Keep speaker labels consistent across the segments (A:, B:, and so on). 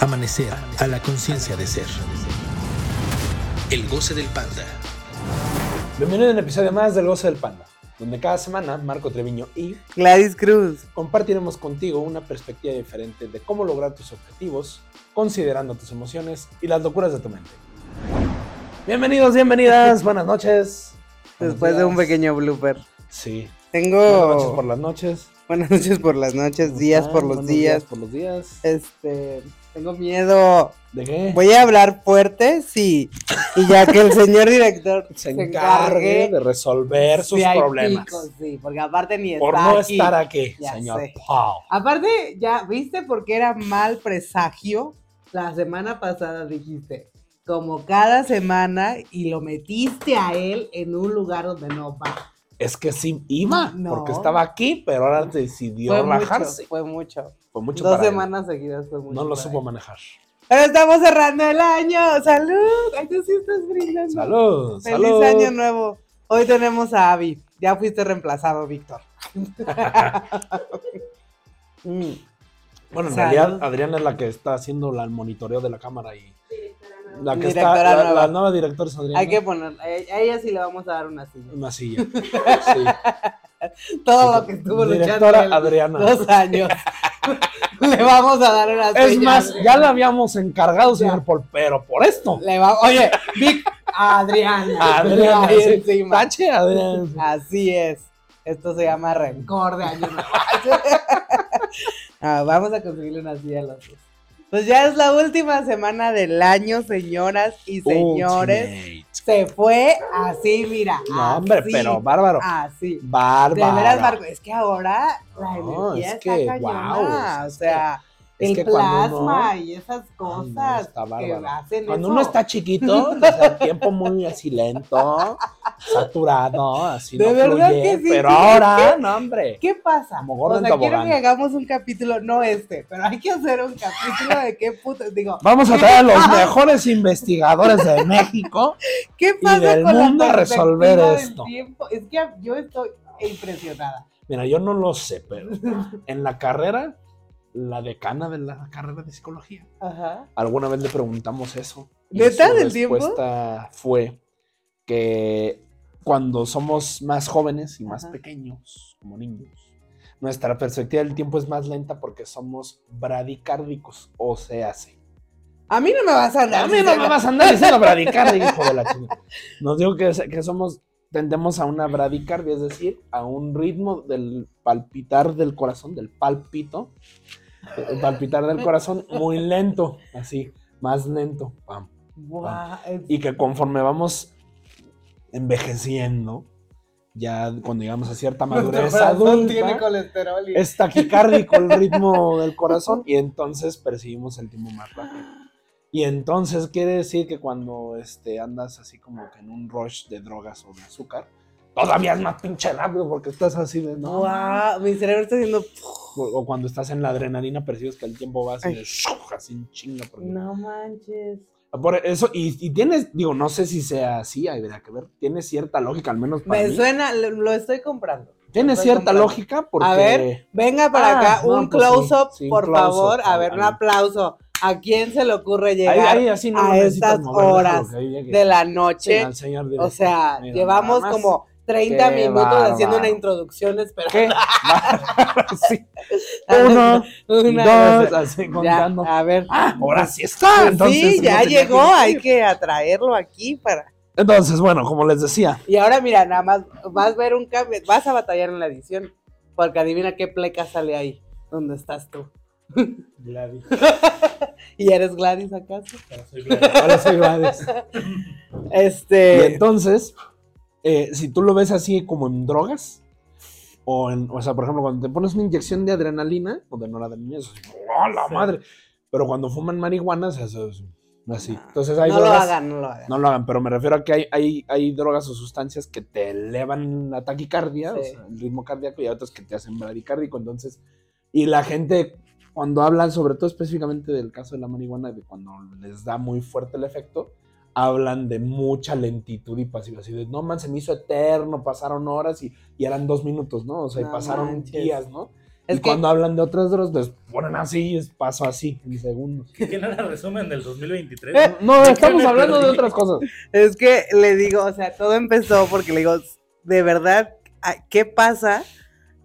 A: Amanecer a la conciencia de ser. El goce del panda.
B: Bienvenido a un episodio más del Gozo del Panda, donde cada semana Marco Treviño y
C: Gladys Cruz.
B: compartiremos contigo una perspectiva diferente de cómo lograr tus objetivos, considerando tus emociones y las locuras de tu mente. Bienvenidos, bienvenidas, buenas noches. buenos
C: Después de un
B: días.
C: pequeño blooper.
B: Sí. Buenas noches por
C: Tengo
B: las noches.
C: buenas noches por las noches, días
B: Ah,
C: por los
B: buenos
C: días.
B: por los días.
C: Este, tengo miedo.
B: ¿De qué?
C: Voy a hablar fuerte, sí. Y ya que el señor director
B: se encargue de resolver sus
C: si hay
B: problemas.
C: picos, sí, porque aparte ni
B: por
C: está
B: no
C: aquí.
B: estar aquí,
C: Ya
B: señor
C: sé.
B: Pau.
C: Aparte, ya viste porque era mal presagio. La semana pasada dijiste, como cada semana, y lo metiste a él en un lugar donde no va.
B: Es que sí iba,
C: No.
B: porque estaba aquí, pero ahora decidió
C: Fue
B: bajarse.
C: mucho, fue mucho.
B: Fue mucho
C: Dos
B: para él.
C: semanas seguidas fue mucho.
B: No lo
C: para
B: supo
C: él.
B: manejar.
C: Pero estamos cerrando el año. ¡Salud! Ay, tú sí estás brindando.
B: Salud,
C: ¡Feliz
B: salud.
C: año nuevo! Hoy tenemos a Abby. Ya fuiste reemplazado, Víctor. Mm,
B: Bueno, en
C: Salud.
B: realidad Adriana es la que está haciendo la- el monitoreo de la cámara y la que está
C: Directora
B: la,
C: nueva.
B: la nueva directora es Adriana.
C: Hay que poner, a a ella sí le vamos a dar una silla.
B: una silla. Sí.
C: Todo lo que estuvo luchando
B: directora
C: él
B: Adriana.
C: dos años. le vamos a dar una silla.
B: Es más, ya la habíamos encargado, señor Paul, pero por esto.
C: Le va- Oye, Vic, a Adriana.
B: Adriana,
C: Ahí
B: sí.
C: encima.
B: Tache, Adriana.
C: Así es. Esto se llama rencor de año nuevo. Ah, vamos a conseguirle una silla a los dos. Pues ya es la última semana del año, señoras y señores.
B: Ultimate.
C: Se fue así, mira.
B: No, hombre,
C: así,
B: pero bárbaro.
C: Así. Ah, De
B: Bárbaro.
C: veras, Marco, es que ahora la
B: No,
C: energía
B: es
C: está
B: que,
C: cañona,
B: guau, es
C: o sea,
B: que- es
C: el
B: que cuando uno-
C: plasma y esas
B: Ay, no,
C: cosas
B: está
C: que
B: bárbaro.
C: hacen
B: Cuando
C: eso.
B: uno está chiquito, o sea, el tiempo muy así lento, saturado, así
C: De
B: no
C: verdad
B: fluye,
C: que sí,
B: pero
C: sí.
B: ahora, no, hombre.
C: ¿Qué pasa?
B: Como gordo
C: o
B: en
C: sea, quiero
B: tobogán.
C: que hagamos un capítulo, no este, pero hay que hacer un capítulo de qué puto. Digo,
B: Vamos a traer a los mejores investigadores de México.
C: ¿qué pasa
B: del
C: con la
B: mundo a resolver
C: perspectiva del
B: esto.
C: tiempo? Es que yo estoy impresionada.
B: Mira, yo no lo sé, pero en la carrera, la decana de la carrera de psicología,
C: Ajá.
B: alguna vez le preguntamos eso. y
C: ¿Neta
B: su
C: del tiempo?
B: respuesta fue que cuando somos más jóvenes y más
C: Ajá.
B: pequeños, como niños, nuestra perspectiva del tiempo es más lenta porque somos bradicárdicos, o se hace.
C: A mí no me vas a andar.
B: A mí no me vas a andar diciendo bradicardia, hijo de la chica. Nos digo que, que somos, tendemos a una bradicardia, es decir, a un ritmo del palpitar del corazón, del palpito, el palpitar del corazón muy lento, así, más lento. Pam,
C: Guau,
B: y que conforme vamos envejeciendo, ya cuando llegamos a cierta
C: nuestro
B: madurez
C: corazón
B: adulta,
C: tiene colesterol y-
B: es taquicárdico el ritmo del corazón y entonces percibimos el tiempo más rápido. Y entonces quiere decir que cuando este, andas así como que en un rush de drogas o de azúcar, todavía es más pinche rápido porque estás así de no.
C: Guau, mi cerebro está haciendo.
B: O, o cuando estás en la adrenalina percibes que el tiempo va así,
C: Ay.
B: de, shuf, así en chinga. porque-
C: No manches.
B: por eso, y, y tienes, digo, no sé si sea así, hay que ver, tiene cierta lógica, al menos para
C: Me
B: mí.
C: suena, lo, lo estoy comprando.
B: Tiene
C: estoy
B: cierta
C: comprando.
B: lógica porque...
C: A ver, venga para
B: Ah,
C: acá
B: no,
C: un
B: pues sí,
C: close-up,
B: sí, un
C: por
B: close-up,
C: favor. A
B: al-
C: ver, un
B: al-
C: aplauso. ¿A quién se le ocurre
B: ahí-
C: llegar
B: ahí así no
C: a
B: lo necesitas
C: estas
B: mover, déjalo
C: horas
B: que ahí llegue.
C: de la
B: Sí,
C: noche?
B: al señor
C: O
B: director.
C: sea,
B: Mira,
C: llevamos
B: nada más.
C: como 30
B: Qué
C: minutos haciendo una
B: bárbaro.
C: introducción, espera.
B: ¿Qué? Sí. Uno, dos, así contando.
C: a ver.
B: Ah, ahora sí está. Entonces,
C: sí,
B: no
C: ya
B: tenía
C: llegó,
B: que
C: hay
B: decir.
C: que atraerlo aquí para...
B: Entonces, bueno, como les decía,
C: Y ahora mira, nada más vas a ver un cambio, vas a batallar en la edición, porque adivina qué pleca sale ahí, donde estás tú. ¿Y eres Gladys acaso?
B: ahora soy Gladys. Y
C: Este...
B: entonces, eh, si tú lo ves así como en drogas, o, en, o sea, por ejemplo, cuando te pones una inyección de adrenalina, o de noradrenalina, es así, ¡oh, la
C: Sí.
B: madre! Pero cuando fuman marihuana, se hace así. así.
C: No,
B: Entonces, hay
C: no lo
B: drogas-
C: hagan, no lo hagan.
B: No lo hagan, pero me refiero a que hay, hay, hay drogas o sustancias que te elevan la taquicardia, o
C: Sí.
B: sea, el ritmo cardíaco, y hay otras que te hacen bradicárdico. Entonces, y la gente, cuando hablan, sobre todo específicamente del caso de la marihuana, de cuando les da muy fuerte el efecto, hablan de mucha lentitud y pasividad. Así de, no man, se me hizo eterno, pasaron horas y, y eran dos minutos, ¿no? O sea, y
C: No
B: pasaron
C: manches.
B: días, ¿no?
C: Es
B: y
C: que-
B: cuando hablan de otras drogas, les ponen así y es paso así en segundos.
D: Que no era resumen del 2023.
B: Eh, No,
D: ¿De qué
B: estamos
D: me
B: hablando de
D: perdí?
B: otras cosas.
C: Es que le digo, o sea, todo empezó porque le digo, de verdad, ¿a- ¿qué pasa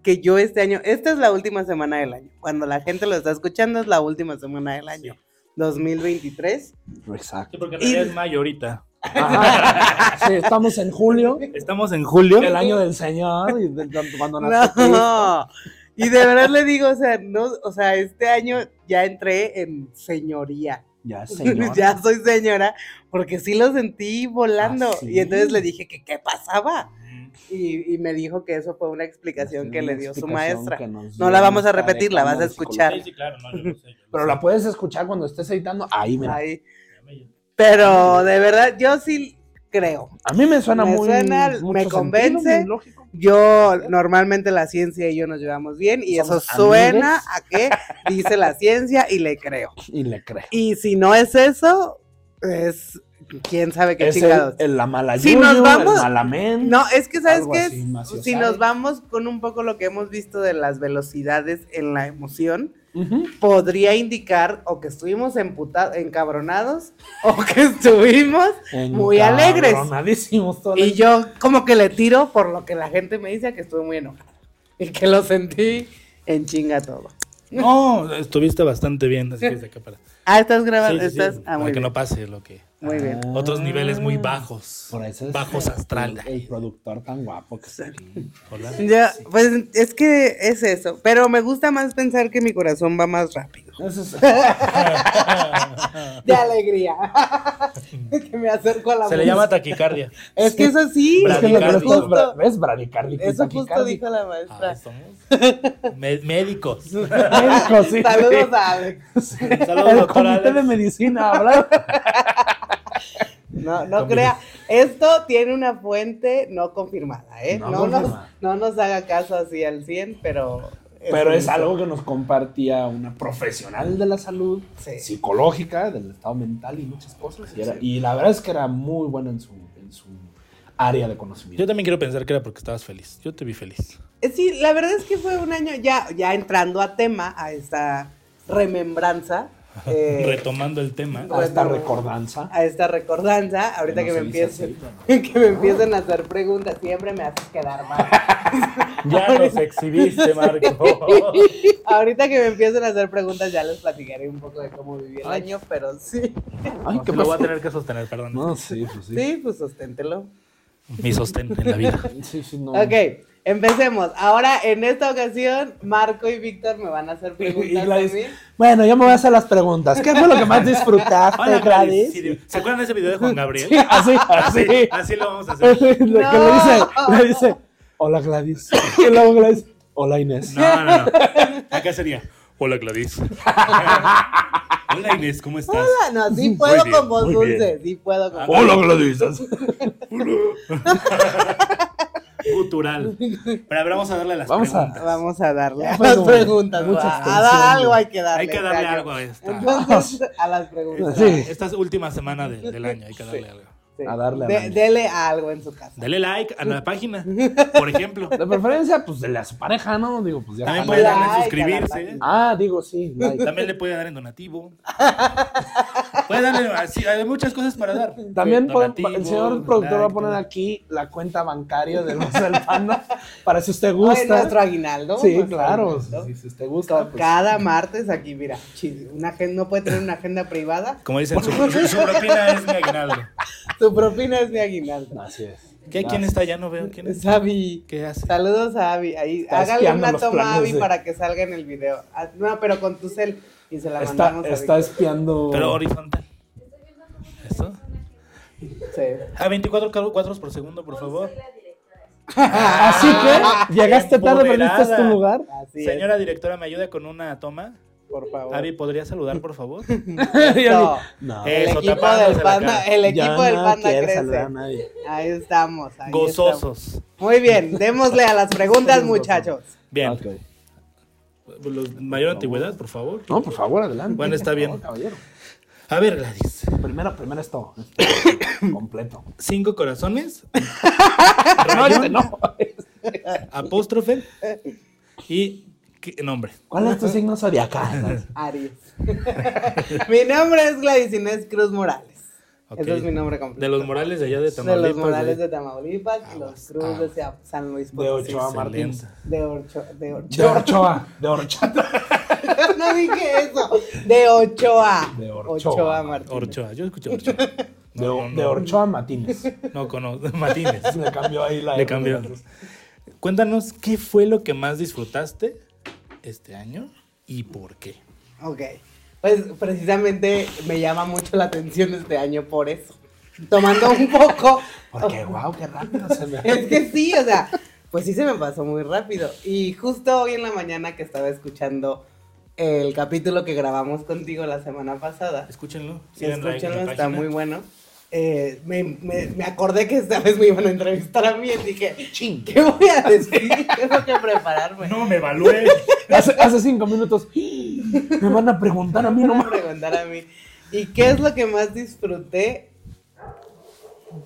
C: que yo este año, esta es la última semana del año, cuando la gente lo está escuchando es la última semana del año, 2023.
B: Exacto.
D: Sí, porque en
C: Y-
D: realidad es mayo ahorita.
B: Ajá. Sí, estamos en julio,
D: Estamos en julio.
B: el año del Señor, y de- cuando nació Cristo.
C: No. Y de verdad le digo, o sea, no, o sea, este año ya entré en señoría.
B: Ya, Señor.
C: ya soy señora, porque sí lo sentí volando.
B: Ah, sí.
C: Y entonces le dije que qué pasaba.
D: Mm.
C: Y, y me dijo que eso fue una explicación que
B: Una
C: le dio su
B: explicación
C: maestra.
B: que nos
C: No
B: dio
C: la vamos a
B: nuestra
C: repetir, la
B: decana
C: vas a
B: de
C: escuchar.
D: Sí, sí, claro, no, yo lo sé, yo lo
B: Pero
D: sé.
B: la puedes escuchar cuando estés editando. Ahí, mira.
C: Ay, pero de verdad, yo sí creo.
B: A mí me suena
C: Me
B: muy.
C: suena, me
B: mucho sentido,
C: convence.
B: muy lógico.
C: Yo normalmente la ciencia y yo nos llevamos bien y eso
B: Somos
C: suena a que dice la ciencia y le creo.
B: Y le creo.
C: Y si no es eso, es quién sabe qué
B: Es el-
C: chingados.
B: el la mala
C: Si nos
B: Yuyu,
C: vamos-
B: el Malamén.
C: No, es que sabes
B: Algo
C: que
B: así, más se
C: si
B: sabe.
C: nos vamos con un poco lo que hemos visto de las velocidades en la emoción,
B: Ujú.
C: podría indicar o que estuvimos emputa- encabronados o que estuvimos Muy alegres.
B: Encabronadísimos todos.
C: Y yo como que le tiro por lo que la gente me dice que estuve muy enojada. Y que lo sentí en chinga todo.
D: No, estuviste bastante bien, así que desde acá para.
C: Ah, estás grabando,
D: Sí, sí, sí,
C: estás... ah,
D: para
C: muy
D: que
C: bien.
D: no pase lo que.
C: Muy bien.
B: Ah,
D: Otros niveles muy bajos.
B: Por eso es
D: Bajos
B: el-
D: astrales.
B: El productor tan guapo que es.
D: Hola.
C: Ya, pues es que es eso. Pero me gusta más pensar que mi corazón va más rápido.
B: Eso es-
C: De alegría. que me acerco a la
D: Se le llama taquicardia.
C: Es que eso sí.
B: es que lo que no
D: Bradicardia.
B: estás-
C: justo,
B: bra- ¿Ves? Bradicardia.
C: eso justo
B: taquicardia.
C: dijo la
D: Ah,
C: maestra.
D: somos me- médicos. Ah,
B: Médico, sí.
C: Saludos a Alex.
D: Saludos,
B: El
D: doctora
B: comité de
D: Alex.
B: medicina, ¿verdad?
C: No, no crea. Esto tiene una fuente no confirmada, ¿eh?
B: No
C: No, nos,
B: confirmada.
C: no nos haga caso así al 100, pero...
B: Pero es
C: un-
B: algo que nos compartía una profesional de la salud,
C: Sí.
B: psicológica, del estado mental y muchas cosas. Y, era- y la verdad es que era muy buena en su, en su área de
D: Yo
B: conocimiento.
D: también quiero pensar que era porque estabas feliz. Yo te vi feliz.
C: Eh, Sí, la verdad es que fue un año ya, ya entrando a tema, a esta remembranza, eh,
D: Retomando el tema.
C: yo-
B: A esta
C: Bueno.
B: recordanza.
C: a esta recordanza, ahorita
B: no
C: que me,
B: se dice
C: empiecen,
B: así,
C: que me empiecen a hacer preguntas, siempre me haces quedar mal.
D: Ya nos exhibiste, Marco.
C: ahorita que me empiecen a hacer preguntas ya les platicaré un poco de cómo viví el
B: Ay.
C: año, pero sí,
B: Ay, qué
D: Lo voy
B: pasó.
D: a tener que sostener, perdón.
B: No, sí, pues sí.
C: sí, pues sosténtelo.
D: Mi sostén en la vida.
B: Sí, sí, no.
C: Ok, empecemos. Ahora, en esta ocasión, Marco y Víctor me van a hacer
B: Y
C: preguntas
B: Gladys,
C: a mí.
B: Bueno, yo me voy a hacer las preguntas. ¿Qué fue lo que más disfrutaste, Gladys?
D: ¿Se acuerdan de ese video de Juan Gabriel?
B: Sí, así, así.
D: Así lo vamos a
B: Lo
D: hacer.
B: que le dice, le dice, hola Gladys. Y luego Gladys, hola Inés.
D: No, no, no. Acá sería. Hola, Gladys. Hola, Inés, ¿cómo estás?
C: Ah, No, sí puedo
D: bien,
C: con voz
D: muy
C: dulce,
D: bien.
C: sí puedo con
D: Hola,
B: Gladys.
D: Cultural. Pero a ver, vamos a darle las
B: Vamos a-
D: preguntas.
C: Vamos a darle a
B: Ah. Fue
C: las
B: como
C: preguntas.
B: mucha
C: va. A
B: extensión.
C: dar algo hay que darle.
D: Hay que darle
C: caño.
D: algo a esta.
C: Entonces, a las preguntas.
B: Sí.
D: Esta es última semana de- del año, hay que darle algo.
C: Sí.
B: A darle a
C: De-
B: darle.
C: dele a algo en su casa.
D: Dale like a la página, por ejemplo.
B: De preferencia, pues de la su pareja, ¿no? Digo, pues ya.
D: También
B: está.
D: puede darle
C: Like a
D: en
C: la
D: suscribirse.
C: página.
B: Ah, digo, sí. like.
D: También le puede dar en donativo. Puede darle así, hay muchas cosas para dar.
B: También pueden-
D: Donativo,
B: el señor productor va a poner
D: like,
B: aquí la cuenta bancaria de los del Panda para si usted
C: Hoy nuestro
B: gusta.
C: aguinaldo.
B: Sí,
C: nuestro
B: claro.
C: aguinaldo.
B: Si si usted gusta, pues,
C: Cada martes aquí, mira, chis- una agen- no puede tener una agenda privada.
D: Como dicen, su, su- su propina es mi aguinaldo.
C: Su propina es mi aguinaldo.
B: así es.
D: ¿Qué, ¿Quién está allá? No veo quién es.
C: Es Abby.
D: ¿Qué hace?
C: Saludos a Abby. Ahí,
B: Está
C: hágale
B: espiando
C: una
B: los
C: toma a
B: planes
C: Abby
B: de-
C: para que salga en el video. Ah, No, pero con tu cel. Y se la
B: Está,
C: mandamos
B: está
C: a Víctor.
B: espiando.
D: Pero horizontal. ¿Esto?
C: Sí.
D: A 24 ca- cuadros por segundo, por favor.
B: Así Ah, que llegaste tarde, perdiste
D: Empoderada.
B: tu lugar.
C: Así es,
D: Señora directora, ¿me ayuda con una toma?
C: por favor.
D: Avi, ¿podría saludar, por favor?
C: Eso.
B: No,
D: Eh,
C: El
D: Eso,
C: equipo
D: tapándose
C: del
D: la
C: panda,
D: cara.
C: el
B: ya
C: equipo del
B: no
C: panda
B: quiere
C: crece.
B: saludar a nadie.
C: Ahí estamos. ahí estamos.
D: Gozosos.
C: Muy bien, démosle a las preguntas, muchachos.
D: Bien.
B: Ok.
D: Los mayor antigüedad, por favor.
B: No, por favor, adelante.
D: Bueno, está bien.
B: Por favor, caballero.
D: A ver, Gladys.
B: Primero, primero esto. esto, completo.
D: Cinco corazones,
B: No, este no.
D: apóstrofe y ¿Qué nombre?
B: ¿Cuál es tu signo zodiacal?
C: Aries. mi nombre es Gladys Inés Cruz Morales.
D: Ok.
C: Ese es mi nombre completo.
D: De los Morales de allá de
C: De
D: Tamaulipas. ¿eh?
C: los
D: Ah,
C: Morales
D: güey.
C: de Tamaulipas, los Cruz
D: aguas.
C: de Sa- San Luis
B: De
C: Potosí.
B: Ochoa Martínez.
D: Excelente.
C: De Ochoa. De
B: De
C: Ochoa.
B: Orchoa. De Orchoa.
C: no dije eso. De Ochoa.
B: De Ochoa.
C: Martínez.
D: Orchoa, yo escuché Orchoa.
B: De,
D: No, no,
B: de
D: no.
B: Orchoa Matines.
D: No conozco, Martínez.
B: Le cambió ahí la.
D: Le
B: R.
D: cambió. Cuéntanos, ¿qué fue lo que más disfrutaste este año y por qué?
C: Ok. Pues precisamente me llama mucho la atención este año por eso. Tomando un poco.
B: Porque, wow, qué rápido se me.
C: Es que sí, o sea, pues sí se me pasó muy rápido. Y justo hoy en la mañana que estaba escuchando el capítulo que grabamos contigo la semana pasada,
D: Escúchenlo. sigan la-
C: escúchenlo,
D: la
C: está
D: página.
C: muy bueno. eh, me, me- me acordé que esta vez me iban a entrevistar a mí y dije,
B: Ching.
C: ¿qué voy a decir? Tengo que prepararme.
E: No me evalué.
B: Hace, hace cinco minutos. Me van a preguntar a mí
C: van a
B: nomás.
C: preguntar a mí. ¿Y qué es lo que más disfruté?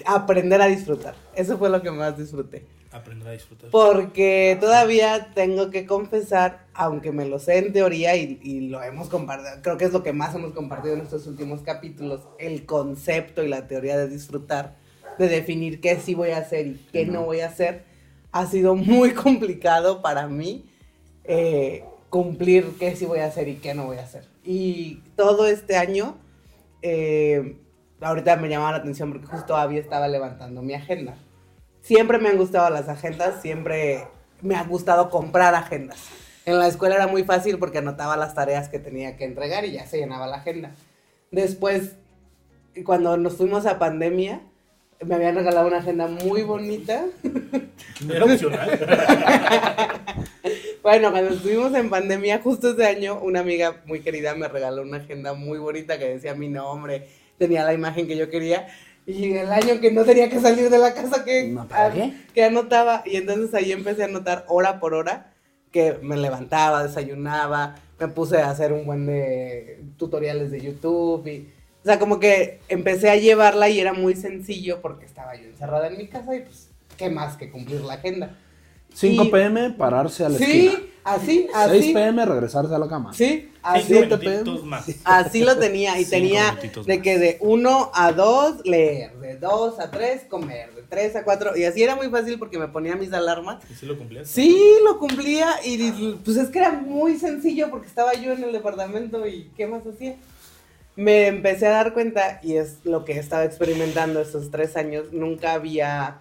C: Aprender a disfrutar. Eso fue lo que más disfruté.
D: Aprender a disfrutar.
C: Porque todavía tengo que confesar, aunque me lo sé en teoría y, y lo hemos compartido, creo que es lo que más hemos compartido en estos últimos capítulos, el concepto y la teoría de disfrutar, de definir qué sí voy a hacer y qué no voy a hacer, ha sido muy complicado para mí eh, cumplir qué sí voy a hacer y qué no voy a hacer. Y todo este año, eh, ahorita me llamaba la atención porque justo había estaba levantando mi agenda. Siempre me han gustado las agendas, siempre me ha gustado comprar agendas. En la escuela era muy fácil porque anotaba las tareas que tenía que entregar y ya se llenaba la agenda. Después, cuando nos fuimos a pandemia, me habían regalado una agenda muy bonita.
D: Era opcional.
C: Bueno, cuando estuvimos en pandemia, justo ese año, una amiga muy querida me regaló una agenda muy bonita que decía mi nombre, tenía la imagen que yo quería. Y el año que no tenía que salir de la casa que,
B: No, ¿para qué?
C: que anotaba. Y entonces ahí empecé a anotar hora por hora que me levantaba, desayunaba, me puse a hacer un buen de tutoriales de YouTube. Y, o sea, como que empecé a llevarla y era muy sencillo porque estaba yo encerrada en mi casa y pues, ¿qué más que cumplir la agenda?
B: 5
C: Y-
B: pm, pararse a la esquina.
C: Sí, así,
B: 6
C: así.
B: pm, regresarse a la cama.
C: Sí,
D: Cinco
C: así,
D: minutitos más.
C: así lo tenía. Y
D: Cinco
C: tenía
D: minutitos
C: de
D: más.
C: que de 1 a 2 leer, de 2 a 3 comer, de 3 a 4. Y así era muy fácil porque me ponía mis alarmas.
D: ¿Y si lo cumplías?
C: Sí, lo cumplía y pues es que era muy sencillo porque estaba yo en el departamento y ¿qué más hacía? Me empecé a dar cuenta y es lo que he estado experimentando estos tres años. Nunca había,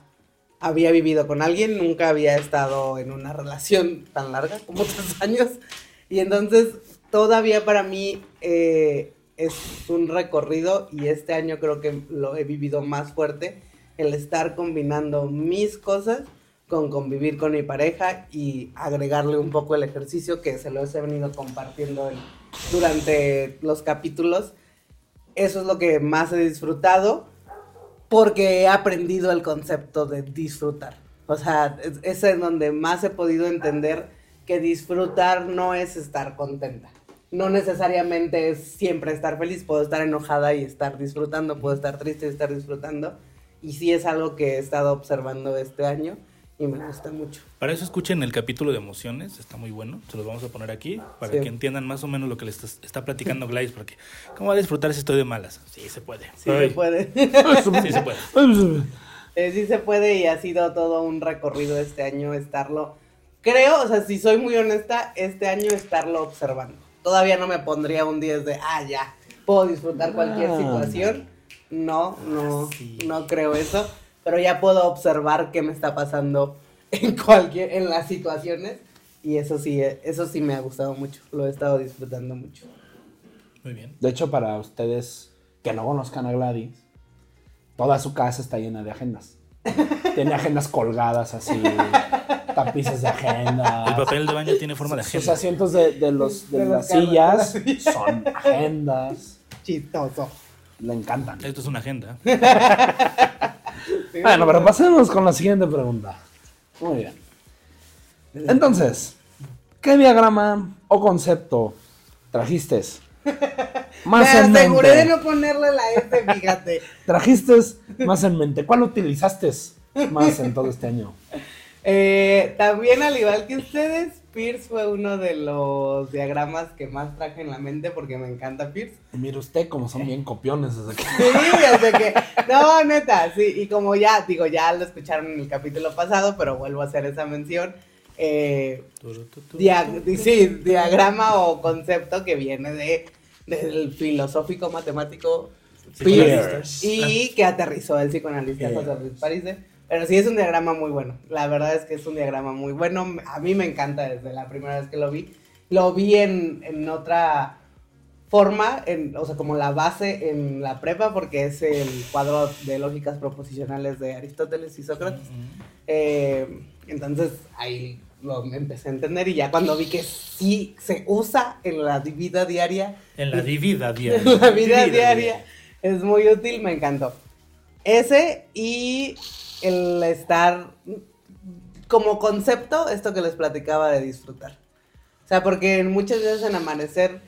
C: había vivido con alguien, nunca había estado en una relación tan larga como tres años. Y entonces todavía para mí eh, es un recorrido y este año creo que lo he vivido más fuerte, el estar combinando mis cosas con convivir con mi pareja y agregarle un poco el ejercicio que se los he venido compartiendo en- durante los capítulos. Eso es lo que más he disfrutado porque he aprendido el concepto de disfrutar. O sea, es, es en donde más he podido entender que disfrutar no es estar contenta. No necesariamente es siempre estar feliz, puedo estar enojada y estar disfrutando, puedo estar triste y estar disfrutando. Y sí es algo que he estado observando este año y me gusta mucho.
D: Para eso escuchen el capítulo de emociones, está muy bueno, se los vamos a poner aquí para
C: Sí.
D: que entiendan más o menos lo que les está, está platicando Gladys, porque ¿cómo va a disfrutar si estoy de malas? Sí, se puede.
C: Sí
D: Ay,
C: se puede.
D: Sí se puede.
C: Eh, sí se puede y ha sido todo un recorrido este año estarlo. Creo, o sea, si soy muy honesta, este año estarlo observando. Todavía no me pondría un 10 de, ah, ya, puedo disfrutar cualquier
B: Ah.
C: situación. No, no,
D: Ah, Sí.
C: no creo eso. Pero ya puedo observar qué me está pasando en cualquier, en las situaciones. Y eso sí, eh, eso sí me ha gustado mucho. Lo he estado disfrutando mucho.
D: Muy bien.
B: De hecho, para ustedes que no conozcan a Gladys, toda su casa está llena de agendas. Tiene agendas colgadas así, tapices de
D: El
B: agendas.
D: papel de baño tiene forma de
B: Sus
D: agenda.
B: asientos de, de los, de
C: De los
B: las
C: carros,
B: sillas son agendas.
C: Chistoso.
B: Le encantan.
D: Esto es una agenda.
B: Bueno, pero pasemos con la siguiente pregunta. Muy bien. Entonces, ¿qué diagrama o concepto trajiste?
C: Me
B: Más en
C: aseguré de
B: mente.
C: no ponerle la S, fíjate.
B: Trajiste más en mente. ¿Cuál utilizaste más en todo este año?
C: Eh, también al igual que ustedes, Pierce fue uno de los diagramas que más traje en la mente porque me encanta Pierce.
B: Mire usted cómo son bien copiones desde que-
C: Sí, o sea que, no, neta, sí, y como ya, digo, ya lo escucharon en el capítulo pasado, pero vuelvo a hacer esa mención, eh, dia- sí, diagrama o concepto que viene de, del filosófico matemático Pierce
E: Psicoanalista.
C: y que aterrizó el psicoanalista
D: Eh.
C: José Luis Parise. Pero sí es un diagrama muy bueno, la verdad es que es un diagrama muy bueno, a mí me encanta desde la primera vez que lo vi, lo vi en, en otra forma, en, o sea, como la base en la prepa, porque es el cuadro de lógicas proposicionales de Aristóteles y Sócrates.
D: Mm.
C: Eh, entonces ahí lo empecé a entender y ya cuando vi que sí se usa en la vida diaria,
D: En la divida diaria.
C: en la vida diaria, es muy útil, me encantó. Ese y el estar como concepto, esto que les platicaba de disfrutar. O sea, porque muchas veces en Amanecer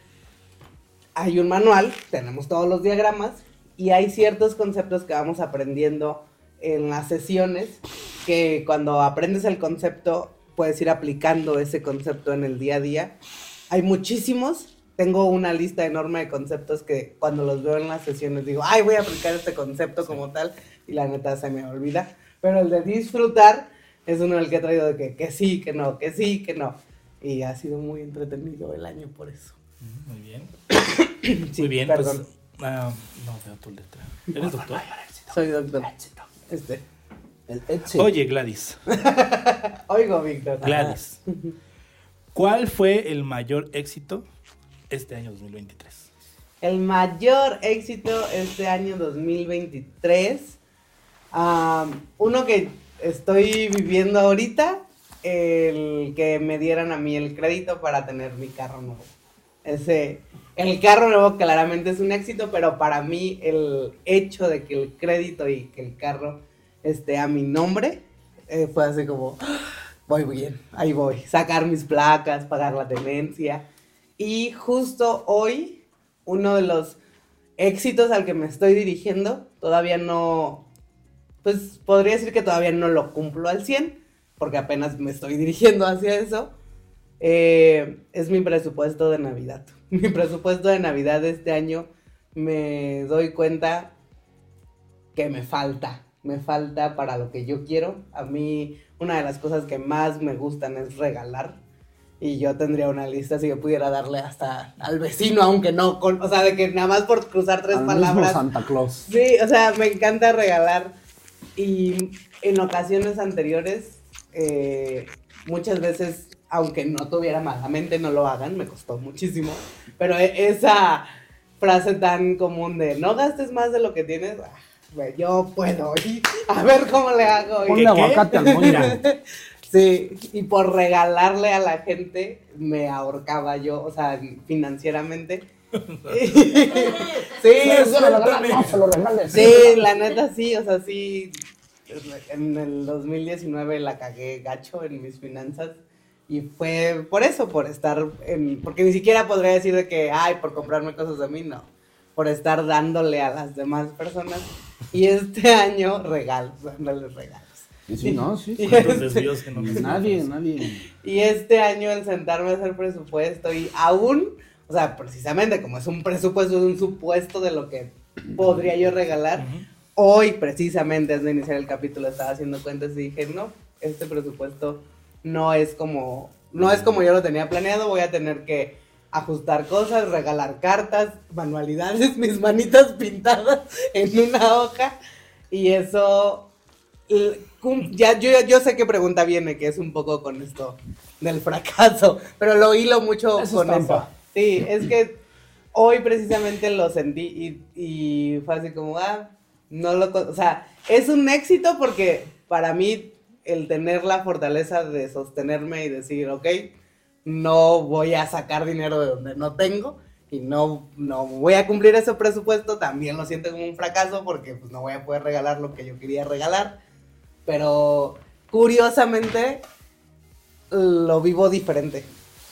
C: hay un manual, tenemos todos los diagramas y hay ciertos conceptos que vamos aprendiendo en las sesiones que cuando aprendes el concepto puedes ir aplicando ese concepto en el día a día. Hay muchísimos, tengo una lista enorme de conceptos que cuando los veo en las sesiones digo, ay, voy a aplicar este concepto como tal y la neta se me olvida. Pero el de disfrutar es uno el que he traído de que, que sí, que no, que sí, que no. Y ha sido muy entretenido el año por eso.
D: Mm, Muy bien.
C: Sí,
D: Muy bien,
C: perdón.
D: pues. ah, no veo tu letra. ¿Eres doctor?
C: Soy doctor. Este.
B: El Etsy.
D: Oye, Gladys.
C: Oigo, Víctor.
D: Gladys. ¿Cuál fue el mayor éxito este año 2023?
C: El mayor éxito este año 2023. am, uno que estoy viviendo ahorita, el que me dieran a mí el crédito para tener mi carro nuevo. Ese, el carro nuevo claramente es un éxito, pero para mí el hecho de que el crédito y que el carro esté a mi nombre eh, fue así como, ¡Ah! voy bien, ahí voy, sacar mis placas, pagar la tenencia. Y justo hoy, uno de los éxitos al que me estoy dirigiendo, todavía no, pues podría decir que todavía no lo cumplo al 100, porque apenas me estoy dirigiendo hacia eso, eh, es mi presupuesto de Navidad. Mi presupuesto de Navidad de este año me doy cuenta que me falta, me falta para lo que yo quiero. A mí una de las cosas que más me gustan es regalar. Y yo tendría una lista si yo pudiera darle hasta al vecino, aunque no, con- o sea, de que nada más por cruzar tres
B: Al mismo
C: palabras.
B: Santa Claus.
C: Sí, o sea, me encanta regalar. Y en ocasiones anteriores, eh, muchas veces, aunque no tuviera malamente, no lo hagan, me costó muchísimo. Pero e- esa frase tan común de no gastes más de lo que tienes, ah, güey, yo puedo. Y a ver cómo le hago. y-
B: Ponle aguacate al moño.
C: Sí, y por regalarle a la gente me ahorcaba yo, o sea, financieramente. sí,
B: No se lo regales, no se lo regales.
C: Sí, la neta sí, o sea, sí. En el 2019 la cagué gacho en mis finanzas. Y fue por eso, por estar en. Porque ni siquiera podría decir de que, ay, por comprarme cosas de mí, no. Por estar dándole a las demás personas. Y este año, regalos, dándoles regalos.
B: Y sí, no, sí.
C: Y
D: ¿Cuántos
C: este-
D: desvíos que no me
B: Nadie, nadie.
C: y este año el sentarme a hacer presupuesto y aún, o sea, precisamente como es un presupuesto, es un supuesto de lo que podría yo regalar. Hoy, precisamente, antes de iniciar el capítulo, estaba haciendo cuentas y dije, no, este presupuesto no es como, no es como yo lo tenía planeado, voy a tener que ajustar cosas, regalar cartas, manualidades, mis manitas pintadas en una hoja y eso l- cum- ya yo, yo sé que pregunta viene que es un poco con esto del fracaso, pero lo hilo
B: Eso
C: mucho
B: es
C: con eso.
B: trampa.
C: Sí, es que hoy precisamente lo sentí y, y fue así como, ah, no lo... con- O sea, es un éxito porque para mí el tener la fortaleza de sostenerme y decir, ok, no voy a sacar dinero de donde no tengo y no, no voy a cumplir ese presupuesto, también lo siento como un fracaso porque pues, no voy a poder regalar lo que yo quería regalar, pero curiosamente lo vivo diferente.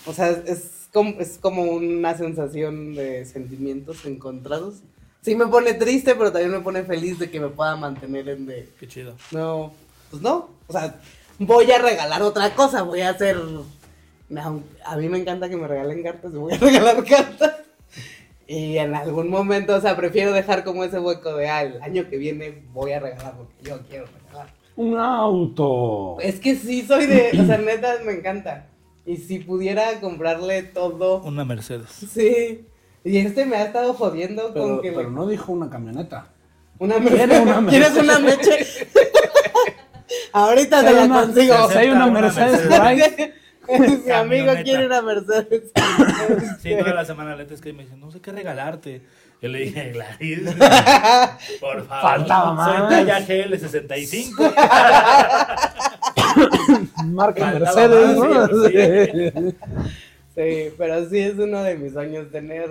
C: O sea, es como, es como una sensación de sentimientos encontrados. Sí me pone triste, pero también me pone feliz de que me pueda mantener en de...
D: Qué chido.
C: No, pues no. O sea, voy a regalar otra cosa, voy a hacer No, a mí me encanta que me regalen cartas, me voy a regalar cartas. Y en algún momento, o sea, prefiero dejar como ese hueco de, ah, el año que viene voy a regalar lo que yo quiero regalar.
B: Un auto.
C: Es que sí, soy de, o sea, neta, me encanta. Y si pudiera comprarle todo,
D: Una Mercedes.
C: sí. Y este me ha estado jodiendo
B: Pero,
C: con que...
B: pero
C: le-
B: no dijo una camioneta.
C: Una
B: Quiere una
C: Mercedes. ¿Quieres una meche? Ahorita
B: Si
C: te
B: hay
C: la
B: una-
C: consigo.
B: si hay una
D: Una
B: Mercedes
D: Mercedes.
B: por ahí,
C: Mi amigo
D: Camioneta.
C: quiere una Mercedes.
D: Sí, toda la semana antes que me dicen, no sé qué regalarte. Yo le dije, Gladys, por favor.
B: Faltaba más.
D: Soy talla GL65.
B: marca
D: Faltaba
B: Mercedes.
D: más,
B: ¿no? Sí.
C: Sí, pero sí es uno de mis sueños tener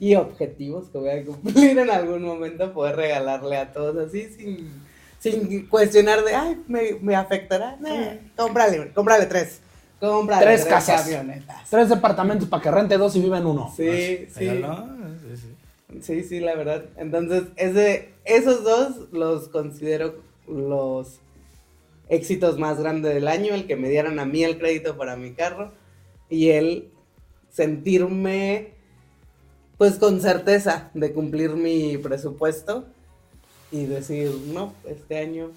C: y objetivos que voy a cumplir en algún momento, poder regalarle a todos así sin, sin cuestionar de, ay, me, me afectará. Nah, cómprale, cómprale tres. Cómprale
B: Tres casas.
C: camionetas.
B: Tres departamentos para que rente dos y viva en uno.
C: Sí, sí.
D: Regaló, sí, sí.
C: Sí, sí, la verdad. Entonces, ese, esos dos los considero los éxitos más grandes del año, el que me dieron a mí el crédito para mi carro y el sentirme pues con certeza de cumplir mi presupuesto y decir, no, este año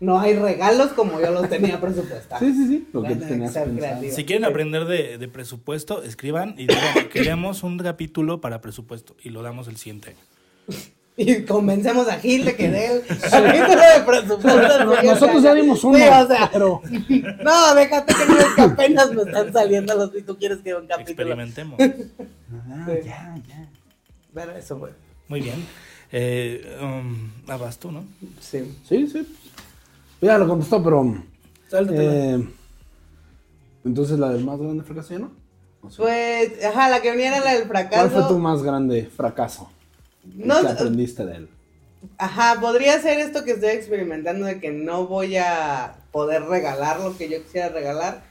C: no hay regalos como yo los tenía presupuestados.
B: Sí, sí, sí. Lo que
C: Van a
B: tenías
C: ser
B: pensado.
C: creativos.
D: Si quieren aprender de, de presupuesto, escriban y digan, queremos un capítulo para presupuesto y lo damos el siguiente año.
C: Y convencemos a Gil de que dé el capítulo de presupuesto.
B: No- Nosotros ya dimos uno.
C: Sí, o sea,
B: pero
C: No, déjate que no es que apenas me están saliendo los y tú quieres que un capítulo.
D: Experimentemos.
B: Ah,
C: Pero eso fue.
D: Muy bien. Eh, um, Abas tú, ¿no?
C: Sí.
B: Sí, sí. Ya lo contestó, pero. eh, entonces la del más grande fracaso ya no. O sea,
C: Pues, ajá, la que venía era la del fracaso.
B: ¿Cuál fue tu más grande fracaso?
C: No,
B: ¿Qué aprendiste de él?
C: ajá, podría ser esto que estoy experimentando de que no voy a poder regalar lo que yo quisiera regalar.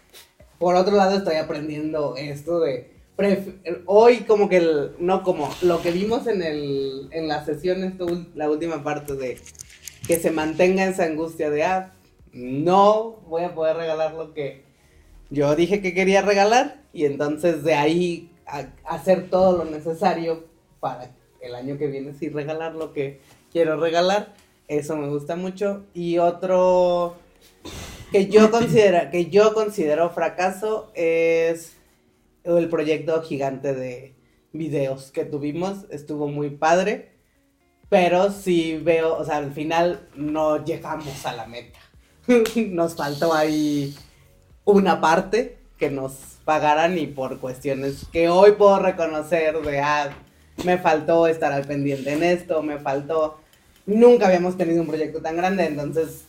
C: Por otro lado, estoy aprendiendo esto de. pref- Hoy, como que. el- no, como lo que vimos en, el, en la sesión, esto, ul- la última parte de. Que se mantenga esa angustia de. Ah, no voy a poder regalar lo que yo dije que quería regalar. Y entonces de ahí a- hacer todo lo necesario para el año que viene sí regalar lo que quiero regalar. Eso me gusta mucho. Y otro que yo considera que yo considero fracaso es el proyecto gigante de videos que tuvimos estuvo muy padre pero sí veo o sea al final no llegamos a la meta nos faltó ahí una parte que nos pagaran y por cuestiones que hoy puedo reconocer de ah me faltó estar al pendiente en esto me faltó nunca habíamos tenido un proyecto tan grande entonces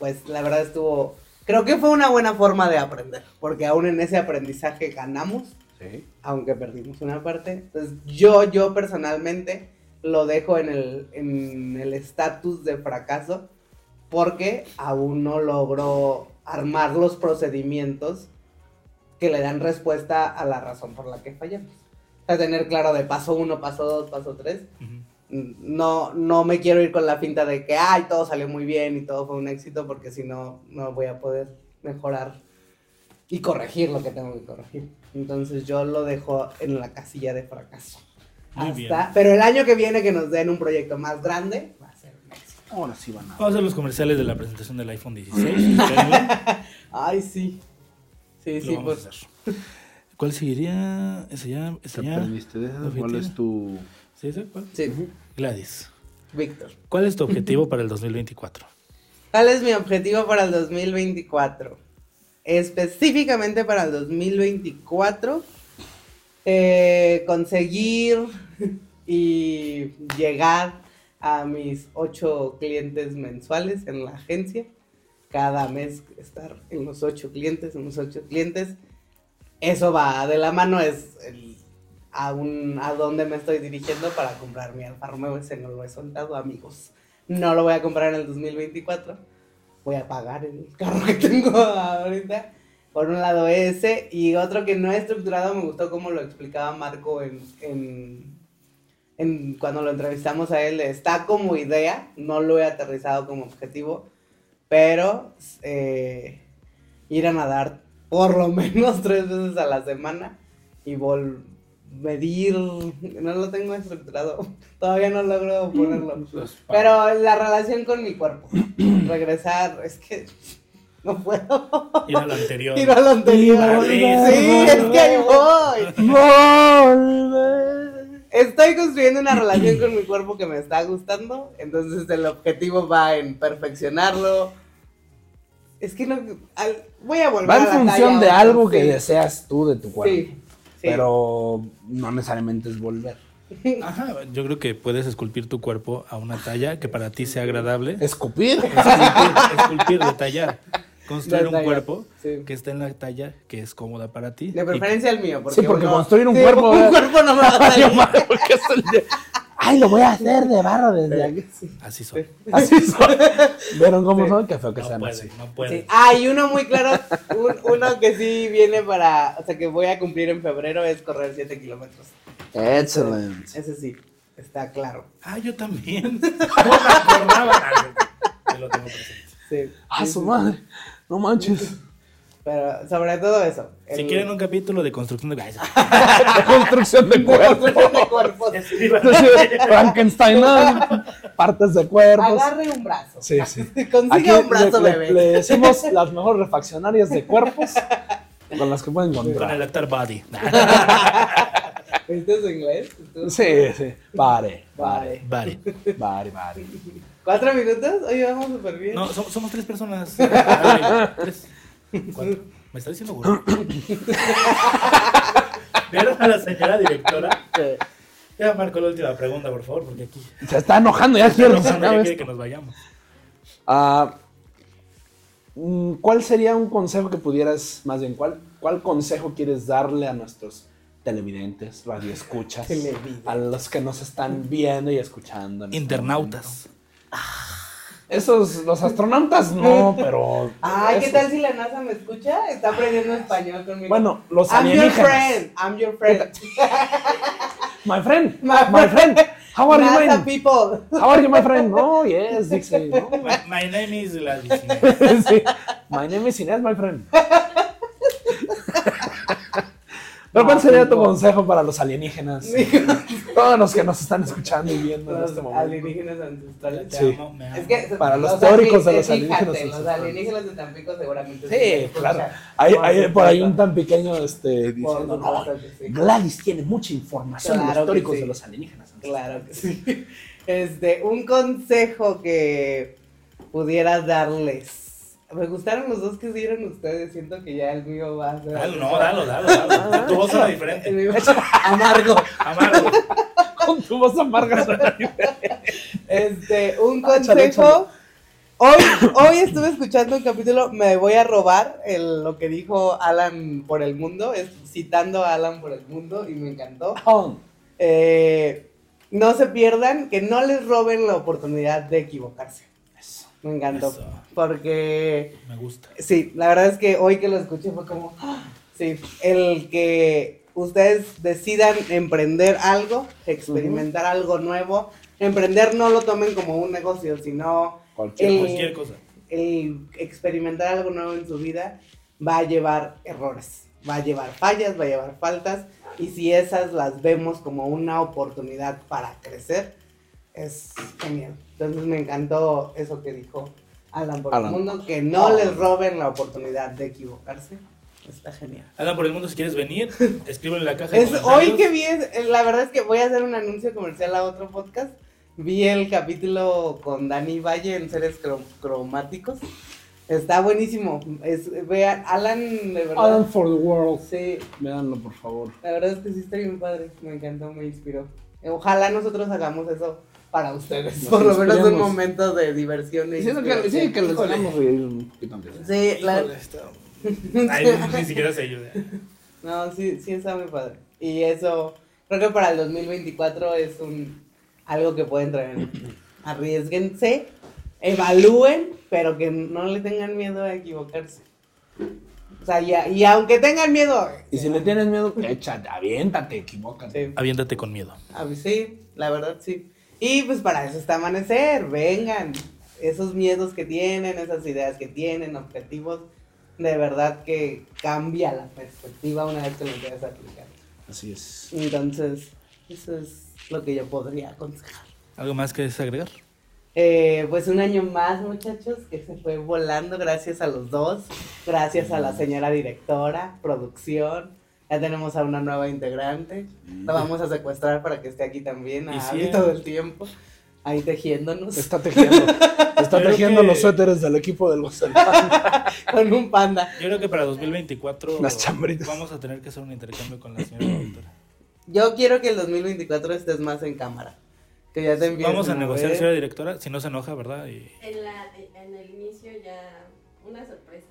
C: pues la verdad estuvo, creo que fue una buena forma de aprender, porque aún en ese aprendizaje ganamos,
B: Sí.
C: aunque perdimos una parte. Entonces yo, yo personalmente lo dejo en el en el estatus de fracaso, porque aún no logró armar los procedimientos que le dan respuesta a la razón por la que fallamos. O sea, tener claro de paso uno, paso dos, paso tres,
D: Ujú.
C: no, no me quiero ir con la finta de que, ay, todo salió muy bien y todo fue un éxito, porque si no, no voy a poder mejorar y corregir lo que tengo que corregir. Entonces yo lo dejo en la casilla de fracaso.
D: Muy
C: Hasta-
D: bien.
C: Pero el año que viene que nos den un proyecto más grande, va a ser un éxito.
B: Ahora sí van a.
D: Vamos a hacer los comerciales de la presentación del iPhone 16. Espérenlo,
C: Ay, sí. Sí,
D: lo
C: sí,
D: vamos
C: pues.
D: a hacer. ¿Cuál seguiría? ¿Ese ya? ¿Ese
B: ¿Te
D: ya?
B: aprendiste de esas? ¿Cuál
D: Objetivo.
B: es tu.
D: ¿Sí, ese? ¿Cuál?
C: Sí,
D: Gladys,
C: Víctor.
D: ¿cuál es tu objetivo para el 2024?
C: ¿Cuál es mi objetivo para el 2024? Específicamente para el 2024, eh, conseguir y llegar a mis ocho clientes mensuales en la agencia. Cada mes estar en los ocho clientes, en los ocho clientes. Eso va de la mano, es el- a, un, a dónde me estoy dirigiendo para comprar mi Alfa Romeo. Ese no lo he soltado, amigos. No lo voy a comprar en el 2024. Voy a pagar el carro que tengo ahorita. Por un lado ese. Y otro que no he estructurado, me gustó como lo explicaba Marco en, en- en cuando lo entrevistamos a él. Está como idea, no lo he aterrizado como objetivo. Pero eh, ir a nadar por lo menos tres veces a la semana y vol medir. No lo tengo estructurado. Todavía no logro ponerlo. Pero la relación con mi cuerpo. Regresar, es que no puedo.
D: Ir a lo anterior.
C: Ir a lo anterior. Sí,
D: Volver,
C: es que ahí voy. Estoy construyendo una relación con mi cuerpo que me está gustando, entonces el objetivo va en perfeccionarlo. Es que no al- voy a volver
B: Va
C: a
B: en
C: la
B: función
C: talla
B: de
C: otra,
B: algo que
C: sí,
B: deseas tú de tu cuerpo.
C: Sí, sí.
B: Pero no necesariamente es volver.
D: Ajá, yo creo que puedes esculpir tu cuerpo a una talla que para ti sea agradable.
B: Escupir.
D: Esculpir, esculpir, detallar. Construir un
C: Detallar,
D: cuerpo
C: sí.
D: que esté en la talla que es cómoda para ti.
C: De
D: Y-
C: preferencia el mío, porque
B: Sí, porque
C: uno-
B: construir un
C: sí,
B: cuerpo,
C: un
B: ¿verdad?
C: cuerpo no me va a
B: Ay,
C: salir.
B: madre, porque es el de- Ay, lo voy a hacer de barro desde aquí.
D: Así son.
B: Así son. ¿Vieron cómo son? Qué feo que
D: No
B: sean
D: puede,
B: así.
D: no puede.
C: Sí. Ah, y uno muy claro, un- uno que sí viene para, o sea, que voy a cumplir en febrero es correr 7 kilómetros.
B: Excelente.
C: Ese sí, está claro.
D: Ah, yo también. No me acordaba. Ah, yo lo tengo presente.
C: Sí.
B: Ah,
C: sí,
B: su
C: sí,
B: madre. No manches.
C: Pero sobre todo eso.
D: Si
C: el-
D: quieren un capítulo de construcción de... Ay,
B: La construcción de cuerpo.
C: construcción de cuerpos.
B: Entonces, Frankenstein, ¿no? partes de cuerpos.
C: Agarre un brazo.
B: Sí, sí.
C: Consiga un brazo,
B: le,
C: bebé.
B: le- le decimos las mejores refaccionarias de cuerpos con las que pueden
D: Con el
B: encontrar.
D: actor body.
C: ¿Viste su inglés? ¿Tú?
B: Sí, sí. Pare,
C: Vale.
B: pare,
D: Vale.
B: pare, pare.
C: ¿Cuatro minutos? Oye, vamos súper bien.
D: No, som- somos tres personas. Dale, tres, cuatro. ¿Me está diciendo gordo? ¿Vieron a la señora directora? Ya marco la última pregunta, por favor, porque aquí.
B: Se está enojando, ya quiero que se
D: Rosana ya
B: acabe
D: quiere
B: esto.
D: que nos vayamos.
B: Ah, mm, ¿Cuál sería un consejo que pudieras, más bien, cuál, cuál consejo quieres darle a nuestros televidentes, radioescuchas,
C: Televidentes.
B: a los que nos están viendo y escuchando? en este momento? Ah.
D: Internautas.
B: Esos, los astronautas no, pero...
C: Ay, ¿qué
B: esos-
C: tal si la NASA me escucha? Está aprendiendo español conmigo.
B: Bueno, los
C: I'm your
B: alienígenas.
C: friend. I'm your friend.
B: My friend,
C: My
B: my friend, how are you,
C: NASA
B: man?
C: people.
B: How are you, my friend? No, yes, Dixie. No, my,
D: My, my name is Gladys.
B: Sí. my name is Inés, my friend. Pero ¿cuál sería tu consejo para los alienígenas? Todos los que nos están escuchando y viendo en
C: Los
B: este momento.
C: alienígenas ancestrales.
D: Te
B: Sí.
D: amo, me amo.
C: Es que
B: Para los
C: alien-
B: teóricos de los
C: fíjate,
B: alienígenas
C: Los
B: ancestrales.
C: alienígenas de Tampico seguramente.
B: Sí,
C: me
B: claro.
C: escuchan.
B: Hay,
C: No,
B: hay
C: sí,
B: por ahí
C: claro.
B: un tan pequeño este,
C: Por
B: diciendo, no,
C: supuesto que sí.
B: Gladys tiene mucha información de los
C: Claro que
B: históricos
C: sí.
B: de los alienígenas.
C: Claro que sí. Este, un consejo que pudiera darles. Me gustaron los dos que dieron ustedes. Siento que ya el mío va a ser.
D: Dalo, Ah, no, eh. dalo, dalo, dalo. Tu voz era
C: El
D: diferente.
C: mío va a ser Amargo.
D: Amargo.
B: Con tu voz amarga.
C: Este, un
B: Ah, chale,
C: consejo. Hoy, hoy estuve escuchando un capítulo, me voy a robar el- lo que dijo Alan por el mundo, es, citando a Alan por el mundo y me encantó. Eh, no se pierdan, que no les roben la oportunidad de equivocarse. Me encantó.
D: Eso.
C: Porque,
D: Me gusta.
C: sí, la verdad es que hoy que lo escuché fue como, ¡ah! sí, el que ustedes decidan emprender algo, experimentar algo nuevo. Emprender no lo tomen como un negocio, sino
B: Cualquier
C: el-
D: Cualquier cosa.
C: el experimentar algo nuevo en su vida va a llevar errores, va a llevar fallas, va a llevar faltas, y si esas las vemos como una oportunidad para crecer, es genial. Entonces me encantó eso que dijo Alan por
B: Alan.
C: el mundo, que no les roben la oportunidad de equivocarse. Está genial.
D: Alan, por el mundo, si quieres venir, escríbelo en la caja. de
C: Es, hoy
D: comentarios.
C: que vi, es- la verdad es que voy a hacer un anuncio comercial a otro podcast. Vi el capítulo con Dani Valle en seres cro- cromáticos. Está buenísimo. Es, vean, Alan, de verdad.
B: Adam for the World.
C: Sí,
B: Véanlo, por favor.
C: la verdad es que sí está bien padre. Me encantó, me inspiró. Ojalá nosotros hagamos eso para ustedes.
B: Nos
C: Por lo menos un
B: inspiremos.
C: momento de diversión. e
B: Siento que,
C: inspiración.
B: sí, que les
D: Híjole.
B: hagamos reír un poquito antes.
C: Sí, la-
D: Híjole, está- Ay, ni siquiera se ayuda.
C: No, sí, sí está muy padre. Y eso, creo que para el 2024 es un algo que pueden traer. Arriesguense, evalúen, pero que no le tengan miedo a equivocarse. O sea, y, a- y aunque tengan miedo,
B: Y si le tienes miedo, échate, aviéntate, equivócate.
C: sí,
D: Aviéntate con miedo.
C: a mí sí, la verdad sí. Y pues para eso está amanecer, vengan. Esos miedos que tienen, esas ideas que tienen, objetivos, de verdad que cambia la perspectiva una vez que lo empiezas a aplicar.
D: Así es.
C: Entonces, eso es lo que yo podría aconsejar.
D: ¿Algo más que desagregar?
C: Eh, pues un año más, muchachos, que se fue volando gracias a los dos, gracias a la señora directora, producción. Ya tenemos a una nueva integrante. La vamos a secuestrar para que esté aquí también,
D: Y
C: a
D: sí,
C: Abby
D: eh.
C: todo el tiempo, ahí tejiéndonos
B: Está tejiendo, está
D: Creo
B: tejiendo
D: que-
B: los suéteres del equipo del Gonzalo.
C: con un panda.
D: Yo creo que para 2024
B: Las chambritas.
D: vamos a tener que hacer un intercambio con la señora directora.
C: Yo quiero que el 2024 estés más en cámara. Que ya te empiecen
D: Vamos a negociar,
C: ver.
D: señora directora, si no se enoja, ¿verdad? Y-
F: En, la, en el inicio ya una sorpresa.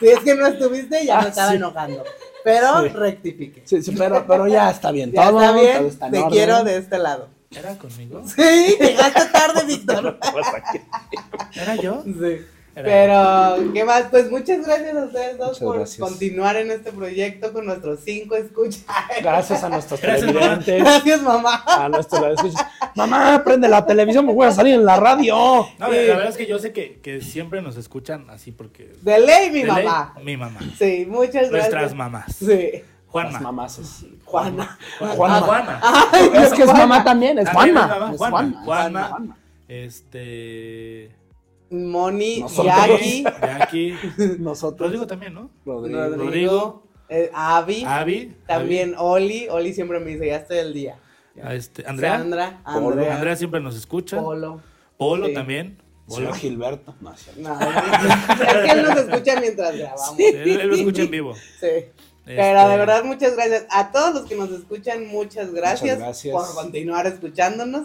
C: Si es que no estuviste, ya
B: Ah,
C: me estaba
B: sí.
C: enojando. Pero
B: Sí.
C: rectifique.
B: Sí, sí, pero, pero ya está bien.
C: Ya
B: todo,
C: está
B: todo
C: bien,
B: está en
C: te
B: orden.
C: quiero de este lado.
D: ¿Era conmigo?
C: Sí, llegaste tarde, Víctor.
D: ¿Era yo?
C: Sí.
D: Era-
C: Pero, ¿qué más? Pues muchas gracias a ustedes dos
B: Muchas
C: por
B: gracias.
C: continuar en este proyecto con nuestros cinco escuchas.
B: Gracias a nuestros
D: Gracias,
B: televidentes.
C: Gracias, mamá.
B: A nuestros escuchas. Mamá, prende la televisión, me voy a salir en la radio.
D: No, la verdad es que yo sé que, que siempre nos escuchan así porque...
C: De ley, mi
D: de ley,
C: mamá.
D: Mi mamá.
C: Sí, muchas gracias.
D: Nuestras mamás.
C: Sí,
D: Juanma.
B: Las mamases.
C: Juana.
D: Juanma.
B: Juanma.
D: Ah, Juanma.
B: Es que es mamá también, es
D: También es
B: Juanma.
D: mamá,
B: Es
D: Juanma,
B: Juanma.
D: Juanma.
B: es Juanma.
D: Este...
C: Moni,
B: Nosotros.
C: Yagi,
D: Jackie.
B: Nosotros.
D: Rodrigo también, ¿no?
B: Rodrigo.
C: Rodrigo, eh, Abby,
D: Avi.
C: también Oli. Oli siempre me dice, ya estoy el día.
D: Avi, este, Andrea.
C: Sandra,
B: Polo.
C: Andrea,
D: Andrea siempre nos escucha. Polo,
C: Polo. Sí.
D: también.
B: Señor
D: Polo.
B: Gilberto. No, es cierto.
C: No, es que él nos escucha mientras grabamos. Sí.
D: Él, él lo escucha en vivo.
C: Pero
D: Este,
C: de verdad, muchas gracias. A todos los que nos escuchan, muchas gracias,
B: gracias.
C: por continuar escuchándonos.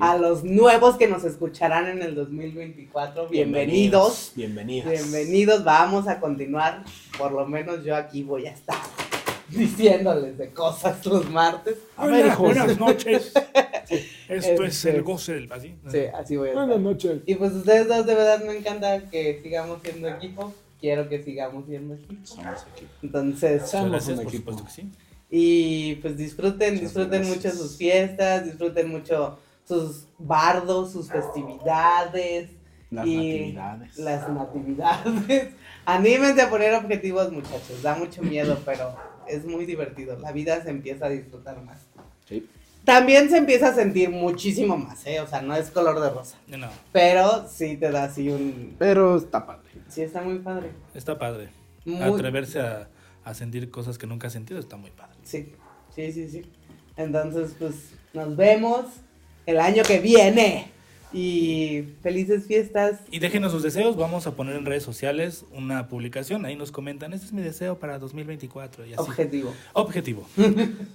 C: A los nuevos que nos escucharán en el 2024, bienvenidos.
B: Bienvenidas.
C: Bienvenidos, vamos a continuar. Por lo menos yo aquí voy a estar diciéndoles de cosas los martes.
B: A ver, hijos.
D: buenas noches. Esto es
C: Este.
D: el goce del así.
C: Sí,
B: Ah.
C: así voy a estar.
B: Buenas noches.
C: Y pues ustedes dos, de verdad, me encanta que sigamos siendo equipo. Quiero que sigamos siendo equipo.
B: Somos aquí.
C: Entonces,
D: Muchas
B: Somos
D: gracias,
B: un
D: por
B: equipo.
D: supuesto que sí.
C: y pues disfruten, disfruten mucho
B: gracias.
C: sus fiestas, disfruten mucho sus bardos, sus festividades,
B: Las
C: Y
B: natividades.
C: las natividades. Anímense a poner objetivos, muchachos. Da mucho miedo, pero es muy divertido. La vida se empieza a disfrutar más.
B: Sí.
C: También se empieza a sentir muchísimo más, ¿eh? O sea, no es color de rosa.
D: No,
C: Pero sí te da así un...
B: Pero está padre.
C: Sí está muy padre.
D: está padre.
C: Muy-
D: Atreverse a, a sentir cosas que nunca has sentido está muy padre.
C: Sí, sí, sí, sí. Entonces, pues nos vemos el año que viene. Y felices fiestas.
D: Y déjenos sus deseos, vamos a poner en redes sociales una publicación, ahí nos comentan, este es mi deseo para 2024 y así.
C: Objetivo.
D: Objetivo.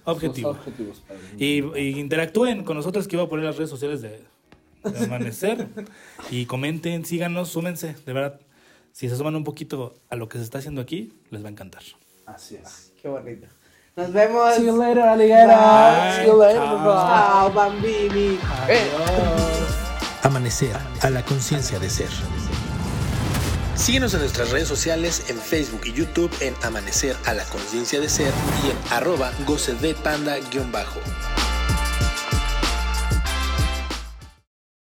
D: Objetivo.
B: Los objetivos padre.
D: Y, y interactúen con nosotros que iba a poner las redes sociales de, de Amanecer. y comenten, síganos, súmense. De verdad, si se suman un poquito a lo que se está haciendo aquí, les va a encantar.
B: Así es.
C: Qué bonito. Nos vemos.
B: See you later, alligator.
D: Bye.
B: See you later,
D: Chao.
B: bye.
C: Chao, bambini.
A: Amanecer a la conciencia de ser. Síguenos en nuestras redes sociales en Facebook y YouTube en Amanecer a la conciencia de ser y en arroba goce de panda-bajo.